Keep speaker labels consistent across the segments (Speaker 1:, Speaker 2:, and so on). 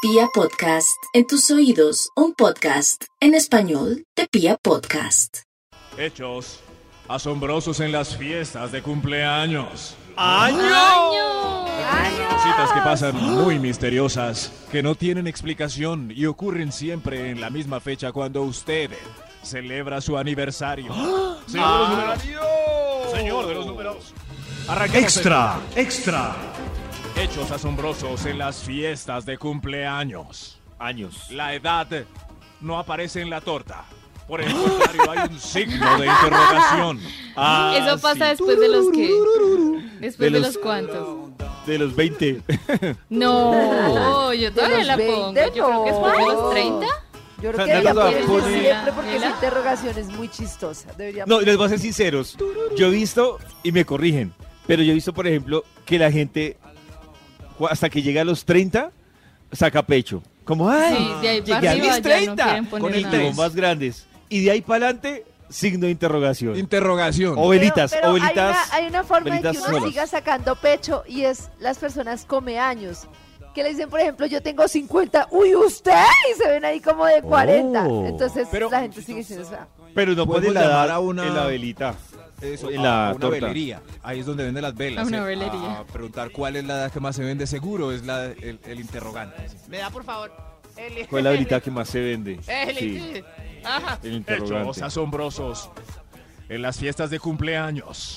Speaker 1: Pia Podcast, en tus oídos, un podcast en español de Pia Podcast.
Speaker 2: Hechos asombrosos en las fiestas de cumpleaños. Cositas que pasan muy misteriosas, que no tienen explicación y ocurren siempre en la misma fecha cuando usted celebra su aniversario. Señor de los números. Señor de los números. Arranquemos
Speaker 3: Extra, extra.
Speaker 2: el- Hechos asombrosos en las fiestas de cumpleaños.
Speaker 3: Años.
Speaker 2: La edad no aparece en la torta. Por el contrario, hay un signo de interrogación. Ah,
Speaker 4: Ah,
Speaker 5: Eso pasa después de los que. Después de los, cuantos.
Speaker 3: De los 20.
Speaker 5: No, yo todavía
Speaker 4: los
Speaker 5: la
Speaker 4: 20
Speaker 5: pongo. Yo creo que después de
Speaker 4: no.
Speaker 5: los 30.
Speaker 4: Yo
Speaker 3: O sea,
Speaker 4: creo que ella
Speaker 3: no lo
Speaker 4: puede
Speaker 3: pone-
Speaker 4: siempre porque esa
Speaker 5: ¿Ela?
Speaker 4: interrogación es muy chistosa. Deberíamos
Speaker 3: No, les voy a ser sinceros. Yo he visto, y me corrigen, pero yo he visto, por ejemplo, que la gente, cu- hasta que llega a los 30, saca pecho. Como, ay,
Speaker 5: Sí, de ahí para
Speaker 3: llegué a
Speaker 5: arriba
Speaker 3: mis
Speaker 5: ya no
Speaker 3: 30.
Speaker 5: quieren poner
Speaker 3: con el
Speaker 5: nada.
Speaker 3: tibón más grandes. Y de ahí para adelante, signo de interrogación.
Speaker 2: Interrogación.
Speaker 3: O velitas,
Speaker 4: Pero- pero
Speaker 3: o velitas.
Speaker 4: Hay una, hay una forma de
Speaker 3: velitas
Speaker 4: que uno
Speaker 3: solas.
Speaker 4: siga sacando pecho y es las personas come años. Que le dicen, por ejemplo, yo tengo 50, uy, usted, y se ven ahí como de 40.
Speaker 3: Oh.
Speaker 4: Entonces
Speaker 2: Pero-
Speaker 4: la gente sigue diciendo, o sea,
Speaker 3: Pero no
Speaker 2: Podemos
Speaker 3: puede la
Speaker 2: llamar
Speaker 3: edad
Speaker 2: a una-
Speaker 3: en la velita.
Speaker 2: Eso,
Speaker 3: En
Speaker 2: a-
Speaker 3: la
Speaker 2: a una
Speaker 3: torta.
Speaker 2: velería. Ahí es donde venden las velas.
Speaker 5: A una
Speaker 2: ¿eh?
Speaker 5: velería.
Speaker 2: A preguntar cuál es la edad que más se vende seguro es la, el, el interrogante.
Speaker 6: Me da por favor. El,
Speaker 3: ¿Cuál es la velita que más se vende?
Speaker 6: el-
Speaker 3: Sí,
Speaker 6: Ajá.
Speaker 3: el
Speaker 2: Hechos
Speaker 3: interrogante.
Speaker 2: asombrosos en las fiestas de cumpleaños.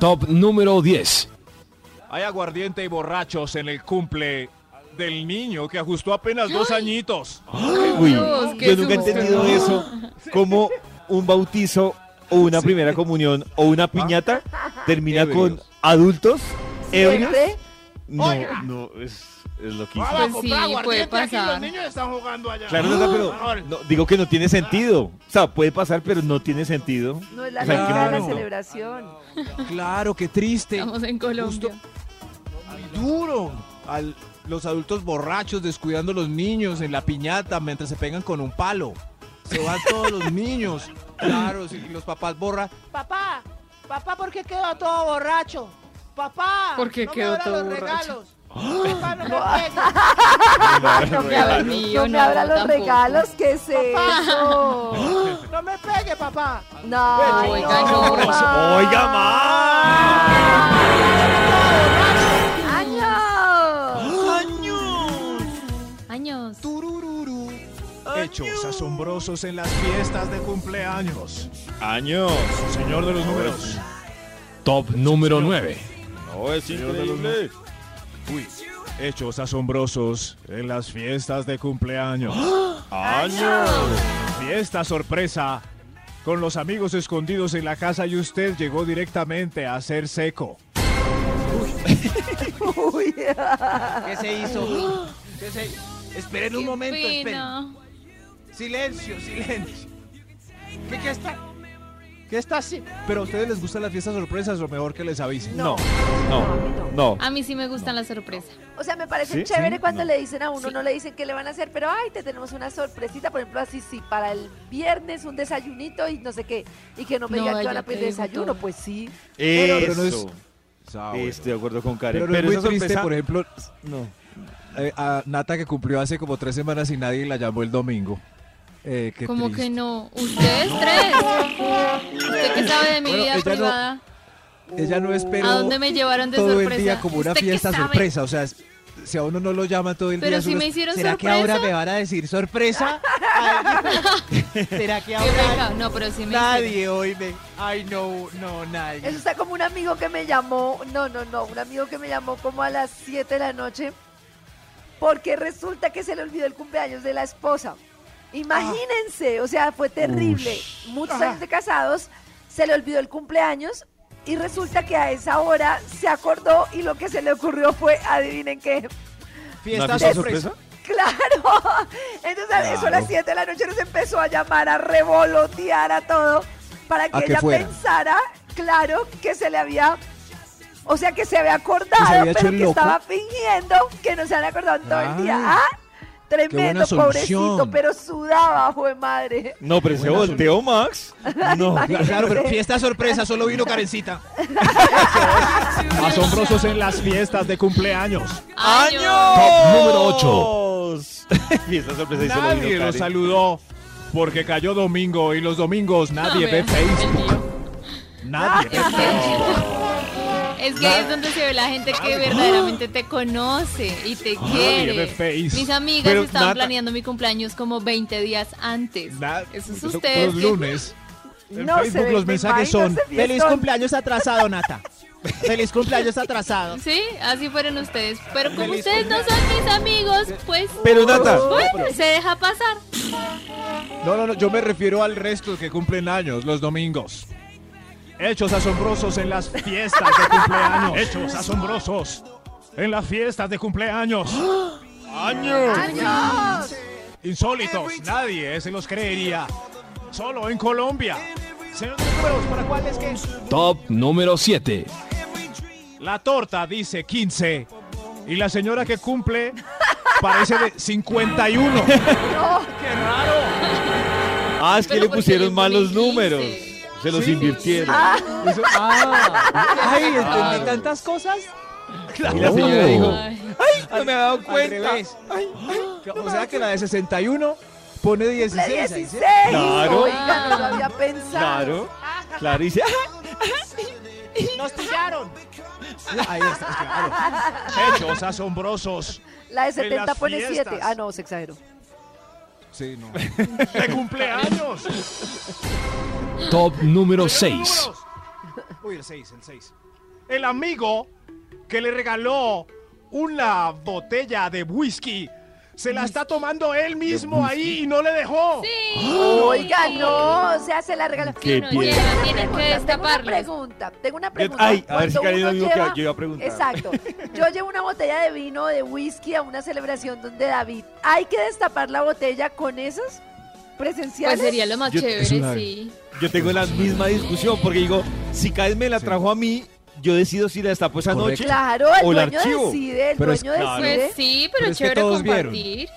Speaker 7: Top número 10.
Speaker 2: Hay aguardiente y borrachos en el cumple del niño que ajustó apenas dos añitos.
Speaker 3: Uy,
Speaker 5: Dios, qué
Speaker 3: yo nunca he
Speaker 5: susto.
Speaker 3: entendido eso. Como un bautizo o una primera comunión o una piñata termina con
Speaker 2: Ebrios.
Speaker 3: adultos ebrios.
Speaker 4: siempre.
Speaker 3: No, no, es, es loquísimo.
Speaker 5: Pues sí, puede pasar.
Speaker 6: están jugando allá.
Speaker 3: Claro, no, no,
Speaker 2: Ah,
Speaker 3: pero no, digo que no tiene sentido. O sea, puede pasar, pero no tiene sentido.
Speaker 4: No es la
Speaker 3: O sea,
Speaker 4: fiesta
Speaker 3: qué
Speaker 4: de
Speaker 3: malo.
Speaker 4: la celebración.
Speaker 2: Claro, qué triste.
Speaker 5: Estamos en Colombia.
Speaker 2: Duro. Al, los adultos borrachos descuidando a los niños en la piñata mientras se pegan con un palo. Se van todos los niños. Claro, sí, y los papás borra.
Speaker 6: Papá, papá, ¿por qué quedó todo borracho? Papá,
Speaker 5: ¿Por qué
Speaker 6: no
Speaker 5: quedó
Speaker 6: me abra
Speaker 5: todo
Speaker 6: los
Speaker 5: borracho?
Speaker 6: regalos. Papá,
Speaker 4: No
Speaker 6: no me pegues.
Speaker 4: me,
Speaker 5: Dios
Speaker 4: abra-
Speaker 5: mío,
Speaker 4: no me
Speaker 5: no,
Speaker 4: abra los
Speaker 5: tampoco.
Speaker 4: regalos, ¿qué es eso?
Speaker 6: No me pegue, papá.
Speaker 4: No,
Speaker 5: Oiga,
Speaker 4: no,
Speaker 5: no.
Speaker 4: ma.
Speaker 3: Oiga, más.
Speaker 4: ¡Años!
Speaker 5: Años.
Speaker 2: Turururu. Hechos asombrosos en las fiestas de cumpleaños.
Speaker 3: Años.
Speaker 2: Señor de los números.
Speaker 7: Top número 9.
Speaker 3: No, es increíble.
Speaker 2: Uy. Hechos asombrosos en las fiestas de cumpleaños.
Speaker 3: Años.
Speaker 2: Fiesta sorpresa. Con los amigos escondidos en la casa y usted llegó directamente a ser seco.
Speaker 4: Uy,
Speaker 6: ¿Qué se hizo? ¿Qué se... Esperen un momento, esperen.
Speaker 5: Pena.
Speaker 6: Silencio, silencio. ¿Qué, qué está? ¿Qué está así?
Speaker 2: Pero a ustedes les gustan las fiestas sorpresas o mejor que les avisen.
Speaker 3: No, no, no.
Speaker 2: Ah,
Speaker 5: A mí sí me gustan las sorpresas.
Speaker 4: O sea, me parece
Speaker 3: ¿Sí?
Speaker 4: chévere
Speaker 3: ¿Sí?
Speaker 4: cuando
Speaker 3: No.
Speaker 4: le dicen a uno,
Speaker 5: Sí.
Speaker 4: no le dicen qué le van a hacer, pero ay, te tenemos una sorpresita, por ejemplo, así, sí, para el viernes un desayunito y no sé qué, y que no me
Speaker 5: No,
Speaker 4: digan que
Speaker 5: ella
Speaker 4: van a pedir
Speaker 5: te dijo
Speaker 4: desayuno,
Speaker 5: todo.
Speaker 4: pues sí.
Speaker 2: Pero no es-
Speaker 3: Eso.
Speaker 2: Ah,
Speaker 3: Estoy de acuerdo con Karen.
Speaker 2: Pero,
Speaker 3: Pero,
Speaker 2: es
Speaker 3: esa
Speaker 2: muy triste,
Speaker 3: sorpresa-
Speaker 2: por ejemplo,
Speaker 3: No.
Speaker 2: eh, a Nata que cumplió hace como tres semanas y nadie la llamó el domingo. Eh, qué
Speaker 5: Como
Speaker 2: triste.
Speaker 5: que no. Ustedes tres. ¿Usted qué sabe de mi
Speaker 2: Bueno, ella
Speaker 5: vida
Speaker 2: no-
Speaker 5: privada?
Speaker 2: Ella no esperó.
Speaker 5: ¿A dónde me llevaron de
Speaker 2: todo
Speaker 5: sorpresa?
Speaker 2: el día como una
Speaker 5: ¿Usted qué
Speaker 2: fiesta
Speaker 5: sabe?
Speaker 2: sorpresa. O sea, es- si a uno no lo llama todo el
Speaker 5: Pero
Speaker 2: día.
Speaker 5: si
Speaker 2: uno
Speaker 5: me
Speaker 2: es,
Speaker 5: hicieron
Speaker 2: ¿Será que
Speaker 5: sorpresa?
Speaker 2: ahora me van a decir sorpresa?
Speaker 6: Ay, ¿Será que
Speaker 5: Qué
Speaker 6: ahora
Speaker 5: pecado. No, pero sí me
Speaker 6: nadie hoy me... Ay, no, no,
Speaker 4: Eso
Speaker 6: nadie.
Speaker 4: está como un amigo que me llamó, no, no, no, un amigo que me llamó como a las 7 de la noche, porque resulta que se le olvidó el cumpleaños de la esposa. Imagínense, o sea, fue terrible. Muchos años de casados, se le olvidó el cumpleaños y resulta que a esa hora se acordó y lo que se le ocurrió fue, adivinen qué,
Speaker 3: ¿Una
Speaker 6: Fiesta
Speaker 3: fiesta
Speaker 6: sorpresa.
Speaker 3: sorpresa?
Speaker 4: Claro. Entonces eso a las 7 de la noche nos empezó a llamar, a revolotear a todo, para que
Speaker 2: A que
Speaker 4: ella
Speaker 2: fuera.
Speaker 4: pensara, claro, que se le había, o sea, que se había acordado,
Speaker 2: había hecho
Speaker 4: pero
Speaker 2: el
Speaker 4: que
Speaker 2: loco.
Speaker 4: estaba fingiendo que no se había acordado en todo el día.
Speaker 2: Ay.
Speaker 4: ¿Ah? Tremendo, pobrecito,
Speaker 8: solución.
Speaker 4: pero sudaba, jue madre.
Speaker 3: No, pero se volteó Max. No,
Speaker 2: Claro, pero fiesta sorpresa, solo vino Karencita.
Speaker 8: Asombrosos en las fiestas de cumpleaños.
Speaker 9: Top número 8.
Speaker 3: ¡Dios! Fiesta sorpresa y solo vino
Speaker 8: Nadie lo
Speaker 3: Karen.
Speaker 8: saludó porque cayó domingo y los domingos nadie ve Facebook. Nadie. ve
Speaker 5: Es que ahí es donde se ve la gente que verdaderamente te conoce y te
Speaker 8: ve
Speaker 5: quiere.
Speaker 8: Face.
Speaker 5: Mis amigas
Speaker 3: Pero
Speaker 5: estaban
Speaker 3: nada.
Speaker 5: planeando mi cumpleaños como 20 días antes.
Speaker 8: na-
Speaker 5: Eso es
Speaker 8: son
Speaker 5: ustedes.
Speaker 8: Los lunes. En
Speaker 4: No
Speaker 8: Facebook
Speaker 4: se
Speaker 8: los
Speaker 4: me
Speaker 8: mensajes
Speaker 4: imagino
Speaker 8: son,
Speaker 4: ese
Speaker 2: Feliz
Speaker 4: fiestón.
Speaker 2: cumpleaños atrasado, Nata. Feliz cumpleaños atrasado.
Speaker 5: Sí, así fueron ustedes. Pero como ustedes no son mis amigos, pues.
Speaker 3: Pero Nata,
Speaker 5: Bueno, se deja pasar.
Speaker 8: No, no, no, yo me refiero al resto que cumplen años los domingos. Hechos asombrosos en las fiestas de cumpleaños. Hechos asombrosos en las fiestas de cumpleaños.
Speaker 4: ¡Años!
Speaker 8: Insólitos, nadie se los creería. Solo en Colombia. Señor números, ¿para cuál es que?
Speaker 9: Top número 7.
Speaker 8: La torta dice 15 y la señora que cumple parece de 51.
Speaker 3: ah, es que
Speaker 5: Pero
Speaker 3: le
Speaker 5: porque le
Speaker 3: pusieron malos
Speaker 5: ponen
Speaker 3: números.
Speaker 5: 15.
Speaker 3: Se los
Speaker 2: Sí.
Speaker 3: invirtieron.
Speaker 2: Eso- ah, ay, entendí tantas cosas.
Speaker 3: Y la señora dijo,
Speaker 5: Ay,
Speaker 2: No me he dado
Speaker 8: cuenta.
Speaker 2: o sea que la de 61 pone 16.
Speaker 4: ¡Le
Speaker 2: ahí, ¿sí?
Speaker 4: 16!
Speaker 3: Claro.
Speaker 4: Oiga, no lo había pensado.
Speaker 3: claro, claro, y dice, "Ah,
Speaker 2: Nos pillaron. Ahí está, claro.
Speaker 8: Hechos asombrosos
Speaker 4: La de
Speaker 8: En
Speaker 4: 70
Speaker 8: las
Speaker 4: pone 7.
Speaker 8: fiestas.
Speaker 4: Ah, no, se exageró.
Speaker 2: Sí, no.
Speaker 8: de cumpleaños.
Speaker 9: Top número 6.
Speaker 2: Uy, el 6, el 6.
Speaker 8: El amigo que le regaló una botella de whisky se la está tomando él mismo ahí y no le dejó.
Speaker 4: Oiga, no, o sea, se la regaló.
Speaker 3: Qué
Speaker 5: no,
Speaker 3: piedra.
Speaker 4: Tengo
Speaker 5: Tienen
Speaker 4: una
Speaker 5: que
Speaker 4: pregunta, tengo una
Speaker 5: destaparlas.
Speaker 4: pregunta, tengo una pregunta.
Speaker 3: ay, a ver si
Speaker 4: Cuando
Speaker 3: Karen
Speaker 4: uno
Speaker 3: no dijo que
Speaker 4: lleva-
Speaker 3: yo iba a preguntar.
Speaker 4: Exacto. Yo llevo una botella de vino, de whisky a una celebración donde David, ¿hay que destapar la botella con esos presenciales?
Speaker 5: Pues sería lo más
Speaker 3: Yo-
Speaker 5: chévere,
Speaker 3: es una-
Speaker 5: sí.
Speaker 3: yo tengo la misma discusión porque digo, si Karen me la trajo a mí, yo decido si la destapo esa noche.
Speaker 4: Claro, el
Speaker 3: O el
Speaker 4: dueño
Speaker 3: archivo.
Speaker 4: decide, el
Speaker 2: Pero es-
Speaker 4: dueño
Speaker 3: claro.
Speaker 4: decide.
Speaker 5: Pues sí, pero,
Speaker 2: Pero es que
Speaker 5: chévere
Speaker 2: todos vieron.
Speaker 5: compartir.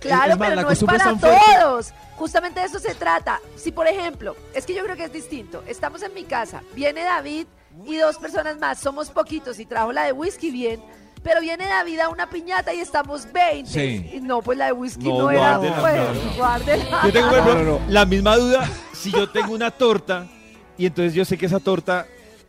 Speaker 4: Claro,
Speaker 2: Es más,
Speaker 4: pero
Speaker 2: la
Speaker 4: no es
Speaker 2: costumbre es
Speaker 4: para
Speaker 2: tan fuerte.
Speaker 4: todos. Justamente de eso se trata. Si, por ejemplo, es que yo creo que es distinto. Estamos en mi casa, viene David y dos personas más, somos poquitos y trajo la de whisky bien, pero viene David a una piñata y estamos 20.
Speaker 2: Sí.
Speaker 4: Y no, pues la de whisky
Speaker 3: No,
Speaker 4: no, era.
Speaker 3: guárdela,
Speaker 4: pues,
Speaker 3: claro.
Speaker 4: guárdela.
Speaker 3: Yo tengo por
Speaker 2: No,
Speaker 3: ejemplo,
Speaker 2: no, no.
Speaker 3: la misma duda si yo tengo una torta y entonces yo sé que esa torta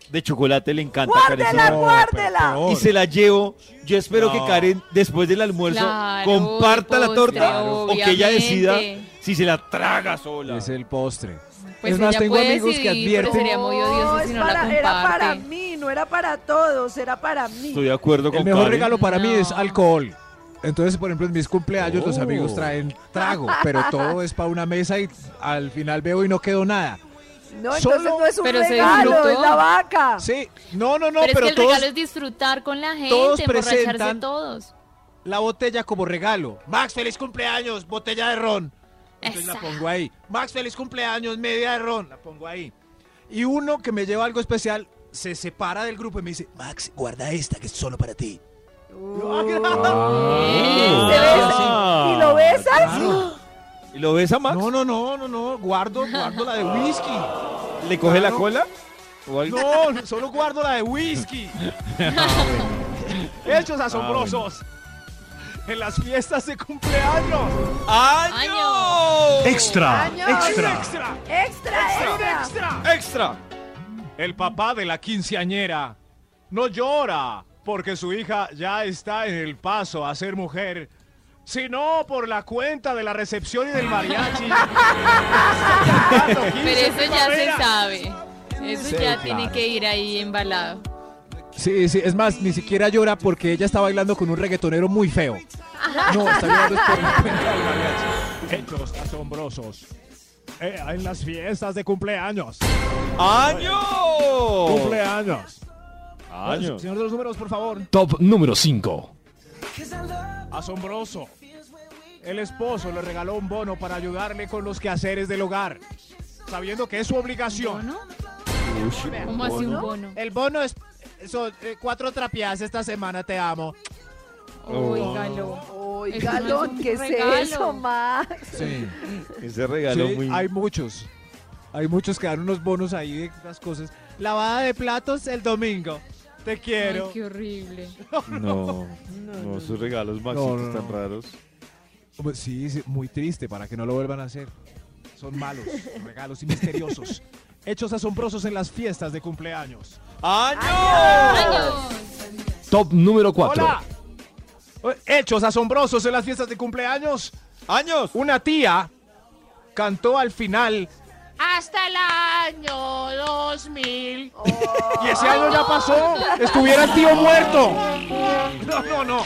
Speaker 3: de chocolate le encanta a
Speaker 4: Guárdela,
Speaker 3: Karencita.
Speaker 4: guárdela.
Speaker 3: Y se la llevo. Yo espero que
Speaker 8: No.
Speaker 3: Karen, después del almuerzo,
Speaker 5: Claro,
Speaker 3: comparta
Speaker 5: el
Speaker 3: la
Speaker 4: pues,
Speaker 3: torta
Speaker 5: postre,
Speaker 3: o que ella decida
Speaker 5: obviamente.
Speaker 3: si se la traga sola.
Speaker 2: Es el postre.
Speaker 5: Pues
Speaker 2: es más,
Speaker 5: ella
Speaker 2: tengo
Speaker 5: puede
Speaker 2: amigos que
Speaker 5: decidir, pero
Speaker 2: advierten.
Speaker 5: sería muy odioso
Speaker 4: No,
Speaker 5: si
Speaker 4: es
Speaker 5: no la
Speaker 4: para- era para
Speaker 5: comparte.
Speaker 4: mí, no era para todos, era para mí.
Speaker 3: Estoy de acuerdo con
Speaker 2: El mejor
Speaker 3: Karen.
Speaker 2: regalo para mí es
Speaker 5: No.
Speaker 2: alcohol. Entonces, por ejemplo, en mis cumpleaños los
Speaker 8: Oh.
Speaker 2: amigos traen trago, pero todo es para una mesa y al final veo y no quedó nada.
Speaker 4: No, entonces
Speaker 2: Solo-
Speaker 4: no es un
Speaker 5: Pero se
Speaker 4: regalo,
Speaker 5: disfrutó.
Speaker 4: es la vaca.
Speaker 2: Sí, no, no, no,
Speaker 5: pero,
Speaker 2: pero,
Speaker 5: es que el
Speaker 2: todos
Speaker 5: regalo es disfrutar con la gente,
Speaker 2: todos
Speaker 5: emborracharse
Speaker 2: presentan-
Speaker 5: todos.
Speaker 2: la botella como regalo. Max, feliz cumpleaños, botella de ron. Entonces la
Speaker 5: Esa.
Speaker 2: pongo ahí. Max, feliz cumpleaños, media de ron. La pongo ahí. Y uno que me lleva algo especial se separa del grupo y me dice, Max, guarda esta que es solo para ti. Ah. Oh.
Speaker 4: ¿Se besan?
Speaker 3: Ah.
Speaker 4: ¿Y lo besas?
Speaker 3: ¿Y lo ves a Max?
Speaker 2: No, no, no, no, no, guardo, guardo la de whisky.
Speaker 3: ¿Le coge la
Speaker 2: claro.
Speaker 3: cola? ¿O algo?
Speaker 8: No, solo guardo la de whisky. Hechos asombrosos en las fiestas de cumpleaños.
Speaker 5: ¡Año!
Speaker 9: Extra.
Speaker 4: Años.
Speaker 8: Extra.
Speaker 4: Extra, extra.
Speaker 3: ¡Extra!
Speaker 8: El papá de la quinceañera no llora porque su hija ya está en el paso a ser mujer, sino por la cuenta de la recepción y del mariachi.
Speaker 5: Pero eso ya se sabe. Eso ya tiene que ir ahí embalado.
Speaker 2: Sí, sí, es más, ni siquiera llora porque ella está bailando con un reggaetonero muy feo. No, está llorando es por la pena.
Speaker 8: Hechos asombrosos eh, en las fiestas de cumpleaños.
Speaker 3: ¡Año!
Speaker 8: Cumpleaños.
Speaker 3: ¡Año!
Speaker 8: Señor de los números, por favor.
Speaker 9: Top número 5.
Speaker 8: Asombroso. El esposo le regaló un bono para ayudarle con los quehaceres del hogar, sabiendo que es su obligación.
Speaker 5: ¿Bono? ¿Cómo así un bono? eh,
Speaker 2: El bono es son eh, cuatro trapeadas esta semana, te amo.
Speaker 5: oh. Oígalo.
Speaker 4: Uy,
Speaker 5: Eso no es
Speaker 4: galón,
Speaker 5: un
Speaker 4: ¿qué es
Speaker 5: regalo.
Speaker 4: eso, Max?
Speaker 2: Sí.
Speaker 3: Ese regalo
Speaker 2: Sí,
Speaker 3: muy...
Speaker 2: Hay muchos. Hay muchos que dan unos bonos ahí de estas cosas. Lavada de platos el domingo. Te quiero.
Speaker 5: Ay, qué horrible.
Speaker 3: No, no, sus regalos
Speaker 2: No,
Speaker 3: máximos
Speaker 2: no,
Speaker 3: tan
Speaker 2: no.
Speaker 3: raros.
Speaker 2: Pues Sí, sí, muy triste para que no lo vuelvan a hacer. Son malos, regalos y misteriosos. Hechos asombrosos en las fiestas de cumpleaños.
Speaker 5: Años.
Speaker 9: Top número 4.
Speaker 2: ¡Hola! Eh, Hechos asombrosos en las fiestas de cumpleaños.
Speaker 3: ¡Años!
Speaker 2: Una tía cantó al final
Speaker 6: Hasta el año 2000.
Speaker 2: y ese año ya pasó. Estuviera el tío muerto. No, no, no.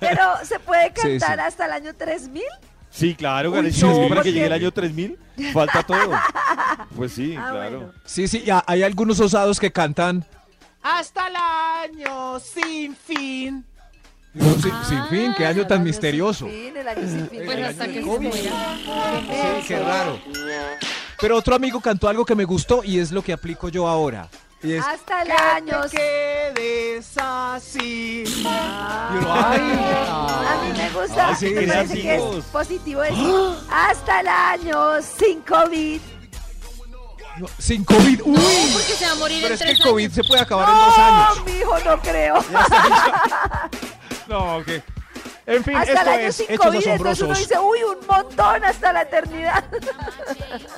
Speaker 4: Pero se puede
Speaker 2: Sí, sí.
Speaker 4: cantar hasta el año 3000.
Speaker 3: Sí, claro,
Speaker 2: Uy,
Speaker 3: Garechi, es que
Speaker 2: no,
Speaker 3: para
Speaker 2: ¿por
Speaker 3: que llegue el
Speaker 2: qué?
Speaker 3: año 3000 falta todo. Pues sí,
Speaker 4: Ah,
Speaker 3: claro.
Speaker 4: bueno.
Speaker 2: Sí, sí, y a- hay algunos osados que cantan
Speaker 6: Hasta el año sin fin.
Speaker 2: no, sin,
Speaker 6: Ah,
Speaker 2: sin fin, qué año tan
Speaker 4: El
Speaker 2: misterioso.
Speaker 4: sin fin, el año sin fin.
Speaker 5: Pues
Speaker 4: el
Speaker 5: hasta
Speaker 4: año
Speaker 5: que se
Speaker 4: sin fin.
Speaker 5: muera.
Speaker 4: ¿Qué es
Speaker 2: Qué
Speaker 4: eso?
Speaker 2: raro. Pero otro amigo cantó algo que me gustó y es lo que aplico yo ahora. Y es
Speaker 4: Hasta el año.
Speaker 6: Que te quedes así.
Speaker 4: A mí me gusta.
Speaker 3: Ay, sí,
Speaker 4: me parece que es
Speaker 3: creativos.
Speaker 4: positivo decir hasta el año sin COVID.
Speaker 2: No, sin COVID. Uy,
Speaker 5: Porque se va a morir
Speaker 2: pero
Speaker 5: en
Speaker 2: es que
Speaker 5: tres
Speaker 2: el COVID
Speaker 5: años.
Speaker 2: se puede acabar en dos
Speaker 4: No,
Speaker 2: años.
Speaker 4: mi hijo, no creo.
Speaker 2: No, ok. En fin,
Speaker 4: hasta el
Speaker 2: esto
Speaker 4: año
Speaker 2: es
Speaker 4: sin
Speaker 2: hechos
Speaker 4: COVID. Entonces uno
Speaker 2: asombrosos.
Speaker 4: dice, uy, un montón hasta la eternidad.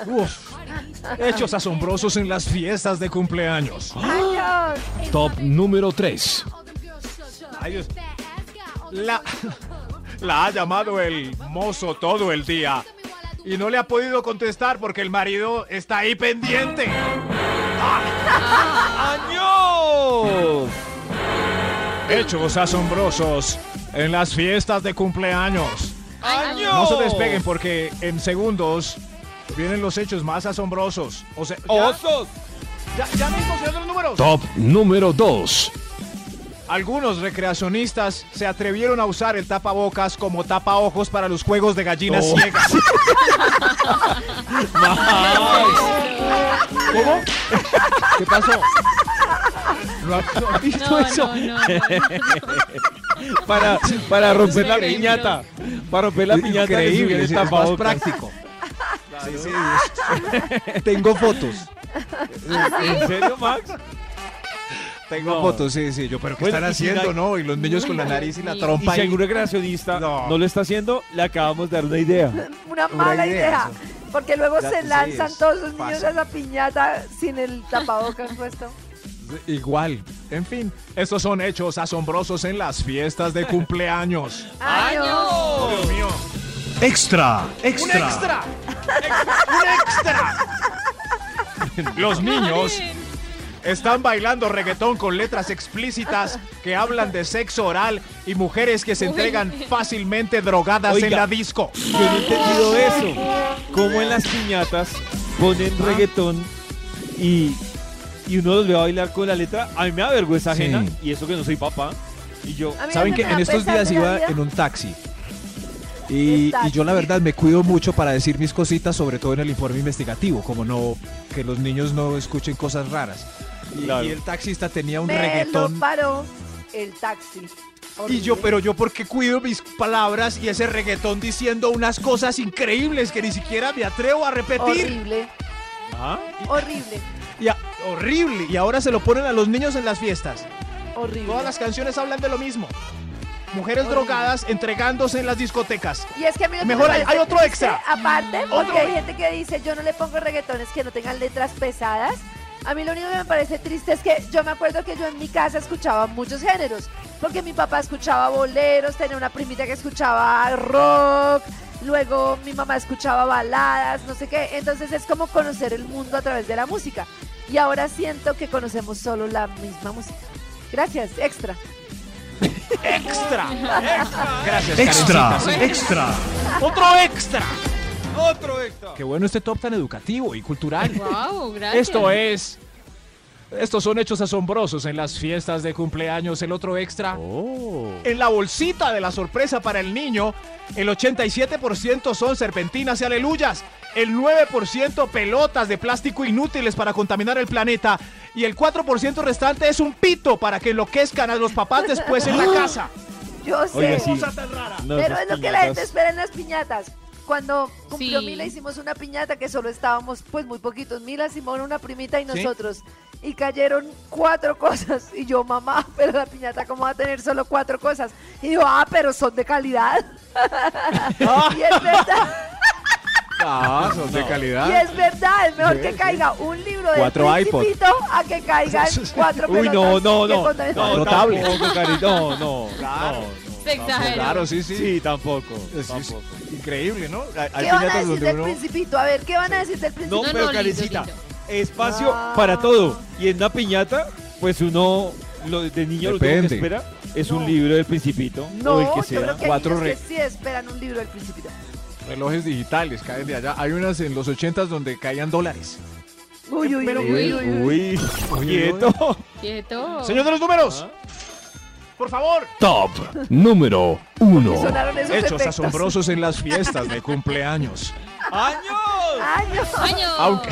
Speaker 2: Uf. Hechos asombrosos en las fiestas de cumpleaños.
Speaker 4: Años.
Speaker 9: Top número 3.
Speaker 2: Adiós. La, la ha llamado el mozo todo el día y no le ha podido contestar porque el marido está ahí pendiente.
Speaker 3: ¡Años!
Speaker 2: Hechos asombrosos en las fiestas de cumpleaños.
Speaker 3: ¡Años!
Speaker 2: No se despeguen porque en segundos vienen los hechos más asombrosos. O sea, ya,
Speaker 3: ¡Osos!
Speaker 2: ya, ya mismo se dan los números.
Speaker 9: Top número 2.
Speaker 2: Algunos recreacionistas se atrevieron a usar el tapabocas como tapaojos para los juegos de gallinas
Speaker 3: Oh.
Speaker 2: ciegas. ¿Cómo? ¿Qué pasó? ¿No has- no has visto
Speaker 5: No,
Speaker 2: eso?
Speaker 5: no, no, no.
Speaker 3: Para, para romper la
Speaker 5: Sus ejemplos.
Speaker 3: piñata. Para romper la piñata. le subieron
Speaker 2: Increíble,
Speaker 3: el
Speaker 2: es más
Speaker 3: tapabocas.
Speaker 2: práctico. Sí, sí, es- Tengo fotos.
Speaker 3: ¿En serio, Max?
Speaker 2: Tengo
Speaker 3: No.
Speaker 2: fotos, sí, sí. Yo, pero ¿qué
Speaker 3: Bueno,
Speaker 2: están
Speaker 3: y si
Speaker 2: haciendo,
Speaker 3: la-
Speaker 2: no? Y los niños con la nariz y la
Speaker 5: Y-
Speaker 3: Y
Speaker 2: trompa.
Speaker 3: si
Speaker 2: ahí.
Speaker 3: algún recreacionista
Speaker 2: No.
Speaker 3: no. lo está haciendo, le acabamos de dar una idea.
Speaker 4: Una mala
Speaker 2: idea,
Speaker 4: idea. Porque luego
Speaker 2: Ya,
Speaker 4: se
Speaker 2: sí,
Speaker 4: lanzan
Speaker 2: es
Speaker 4: todos los niños
Speaker 2: fácil.
Speaker 4: a esa piñata sin el tapabocas puesto.
Speaker 2: Igual. En fin, estos son hechos asombrosos en las fiestas de cumpleaños.
Speaker 4: Años.
Speaker 2: Dios mío.
Speaker 8: Extra,
Speaker 2: ¡Un
Speaker 8: extra.
Speaker 2: extra! ¡Un extra! Los niños están bailando reggaetón con letras explícitas que hablan de sexo oral y mujeres que se
Speaker 5: Uy.
Speaker 2: entregan fácilmente drogadas en
Speaker 3: Oiga.
Speaker 2: la disco.
Speaker 3: Yo no he entendido eso. Como en las piñatas ponen reggaetón y, y uno los ve a bailar con la letra. A mí me da vergüenza
Speaker 2: Sí.
Speaker 3: ajena. Y eso que no soy papá. Y yo.
Speaker 4: A mí
Speaker 2: Saben
Speaker 4: me
Speaker 2: que
Speaker 4: da
Speaker 2: en estos
Speaker 4: pesar
Speaker 2: días
Speaker 4: de la
Speaker 2: iba
Speaker 4: vida.
Speaker 2: en un taxi. Y,
Speaker 4: Un
Speaker 2: y yo la
Speaker 4: taxi.
Speaker 2: verdad me cuido mucho para decir mis cositas, sobre todo en el informe investigativo, como no que los niños no escuchen cosas raras. Y,
Speaker 3: Claro.
Speaker 2: y el taxista tenía un
Speaker 4: Me
Speaker 2: reggaetón.
Speaker 4: lo paró el taxi.
Speaker 2: Y yo,
Speaker 4: Horrible.
Speaker 2: pero yo porque cuido mis palabras y ese reggaetón diciendo unas cosas increíbles que ni siquiera me atrevo a repetir.
Speaker 4: Horrible,
Speaker 2: Ah,
Speaker 3: Ajá.
Speaker 4: horrible,
Speaker 2: Y a- horrible. Y ahora se lo ponen a los niños en las fiestas.
Speaker 4: horrible.
Speaker 2: Todas las canciones hablan de lo mismo. Mujeres
Speaker 4: Horrible.
Speaker 2: drogadas entregándose en las discotecas.
Speaker 4: Y es que a mí lo que
Speaker 2: Mejor
Speaker 4: me
Speaker 2: hay-
Speaker 4: parece
Speaker 2: hay otro
Speaker 4: triste,
Speaker 2: extra.
Speaker 4: Aparte, porque
Speaker 2: Otro.
Speaker 4: hay gente que dice, yo no le pongo reggaetones que no tengan letras pesadas. A mí lo único que me parece triste es que yo me acuerdo que yo en mi casa escuchaba muchos géneros, porque mi papá escuchaba boleros, tenía una primita que escuchaba rock, luego mi mamá escuchaba baladas, no sé qué. Entonces es como conocer el mundo a través de la música. Y ahora siento que conocemos solo la misma música. Gracias, extra.
Speaker 2: Extra. Gracias,
Speaker 9: Extra,
Speaker 2: Karencita.
Speaker 9: extra.
Speaker 2: Otro extra.
Speaker 3: Otro extra.
Speaker 2: Qué bueno este top tan educativo y cultural.
Speaker 5: Wow, gracias.
Speaker 2: Esto es. Estos son hechos asombrosos en las fiestas de cumpleaños. El otro extra. En la bolsita de la sorpresa para el niño, el 87% son serpentinas y aleluyas. El 9% pelotas de plástico inútiles para contaminar el planeta. Y el 4% restante es un pito para que enloquezcan a los papás después en la casa.
Speaker 4: Yo sé.
Speaker 3: Oiga, sí. No,
Speaker 4: Pero
Speaker 3: esas
Speaker 4: es lo que la
Speaker 3: piñatas.
Speaker 4: gente espera en las piñatas. Cuando cumplió
Speaker 5: Sí.
Speaker 4: Mila hicimos una piñata que solo estábamos pues muy poquitos, Mila, Simón, una primita y nosotros. Y cayeron cuatro cosas. Y yo, mamá, pero la piñata cómo va a tener solo cuatro cosas. Y yo, ah, pero son de calidad. y es verdad,
Speaker 2: Ah, son de calidad.
Speaker 4: y es verdad, es mejor que caiga un libro de
Speaker 2: Cuatro
Speaker 4: Principito a que caigan cuatro
Speaker 3: Uy, no,
Speaker 4: pelotas
Speaker 3: no,
Speaker 4: que
Speaker 3: no.
Speaker 4: contan-
Speaker 3: No,
Speaker 2: Notable.
Speaker 3: tampoco, Cari, no, no. no,
Speaker 5: Se exageró.
Speaker 2: Claro, sí, sí.
Speaker 3: Sí, tampoco.
Speaker 2: Sí, sí, sí.
Speaker 3: tampoco.
Speaker 2: Increíble, ¿no?
Speaker 3: Hay- hay
Speaker 4: ¿Qué van a
Speaker 3: piñatas
Speaker 4: decir
Speaker 3: donde
Speaker 4: del
Speaker 3: uno-
Speaker 4: Principito? A ver, ¿qué van a decir del
Speaker 3: No,
Speaker 4: Principito?
Speaker 5: No, no,
Speaker 3: pero
Speaker 5: lindo,
Speaker 3: Karencita,
Speaker 5: lindo.
Speaker 3: espacio
Speaker 4: Ah.
Speaker 3: para todo. Y en una piñata, pues uno lo, de niño lo único que
Speaker 2: Depende.
Speaker 3: espera es
Speaker 4: No.
Speaker 3: un libro del principito
Speaker 4: No,
Speaker 3: o el que
Speaker 4: yo
Speaker 3: sea.
Speaker 4: creo que
Speaker 2: cuatro
Speaker 4: hay niños
Speaker 2: re-
Speaker 4: que sí esperan un libro del Principito.
Speaker 2: Relojes digitales caen de allá. Hay unas en los 80s donde caían dólares.
Speaker 4: Uy, uy, uy, uy, uy, uy.
Speaker 3: Uy, quieto.
Speaker 5: Quieto.
Speaker 2: Señor de los números. Por favor.
Speaker 9: Top número 1.
Speaker 4: Sonaron esos
Speaker 2: Hechos
Speaker 4: efectos.
Speaker 2: asombrosos en las fiestas de cumpleaños.
Speaker 3: ¡Años!
Speaker 4: Ay, no.
Speaker 5: Año.
Speaker 2: Aunque-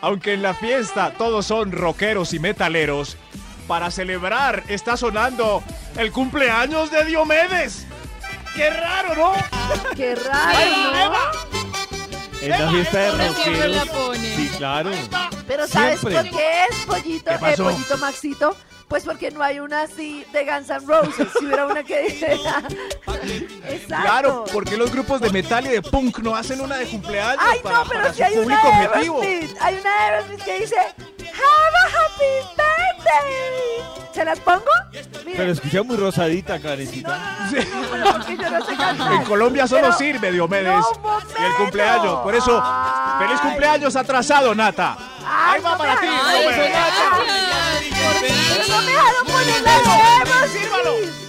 Speaker 2: Aunque en la fiesta todos son rockeros y metaleros, para celebrar está sonando el cumpleaños de Diomedes. ¡Qué raro, ¿no?
Speaker 4: Qué raro, ¿no?
Speaker 3: En la fiesta de
Speaker 5: Pero siempre la
Speaker 3: rockeros.
Speaker 5: pone.
Speaker 3: Sí, claro.
Speaker 4: Pero ¿sabes
Speaker 3: Siempre.
Speaker 4: por qué es pollito,
Speaker 2: ¿Qué
Speaker 4: eh,
Speaker 2: pasó?
Speaker 4: pollito Maxito? Pues porque no hay una así de Guns N' Roses. si hubiera una que dijera. Exacto.
Speaker 2: Claro, porque los grupos de metal y de punk no hacen una de cumpleaños
Speaker 4: Ay,
Speaker 2: para,
Speaker 4: no, pero
Speaker 2: para
Speaker 4: si
Speaker 2: su
Speaker 4: hay una
Speaker 2: público
Speaker 4: de
Speaker 2: objetivo.
Speaker 4: Aerosmith. Hay una de Aerosmith que dice: Have a happy birthday. ¿Se las pongo? Miren,
Speaker 3: Pero escucha muy rosadita,
Speaker 4: no,
Speaker 3: Karencita.
Speaker 4: no, no, no, no, no, porque yo no sé cantar.
Speaker 2: En Colombia solo
Speaker 4: Pero-
Speaker 2: sirve Diomedes.
Speaker 4: No, momento.
Speaker 2: y el cumpleaños. Por eso,
Speaker 4: Ay.
Speaker 2: feliz cumpleaños atrasado, Nata.
Speaker 4: Ay,
Speaker 2: Ahí va
Speaker 4: no
Speaker 2: para
Speaker 4: me
Speaker 2: ti,
Speaker 4: hagas
Speaker 5: Ay,
Speaker 2: Diomedes.
Speaker 4: eso,
Speaker 5: gracias. Por
Speaker 4: Pero
Speaker 5: fin.
Speaker 4: no me dejaron poner las nuevas,
Speaker 2: Sírvalo.
Speaker 4: sí. Ah.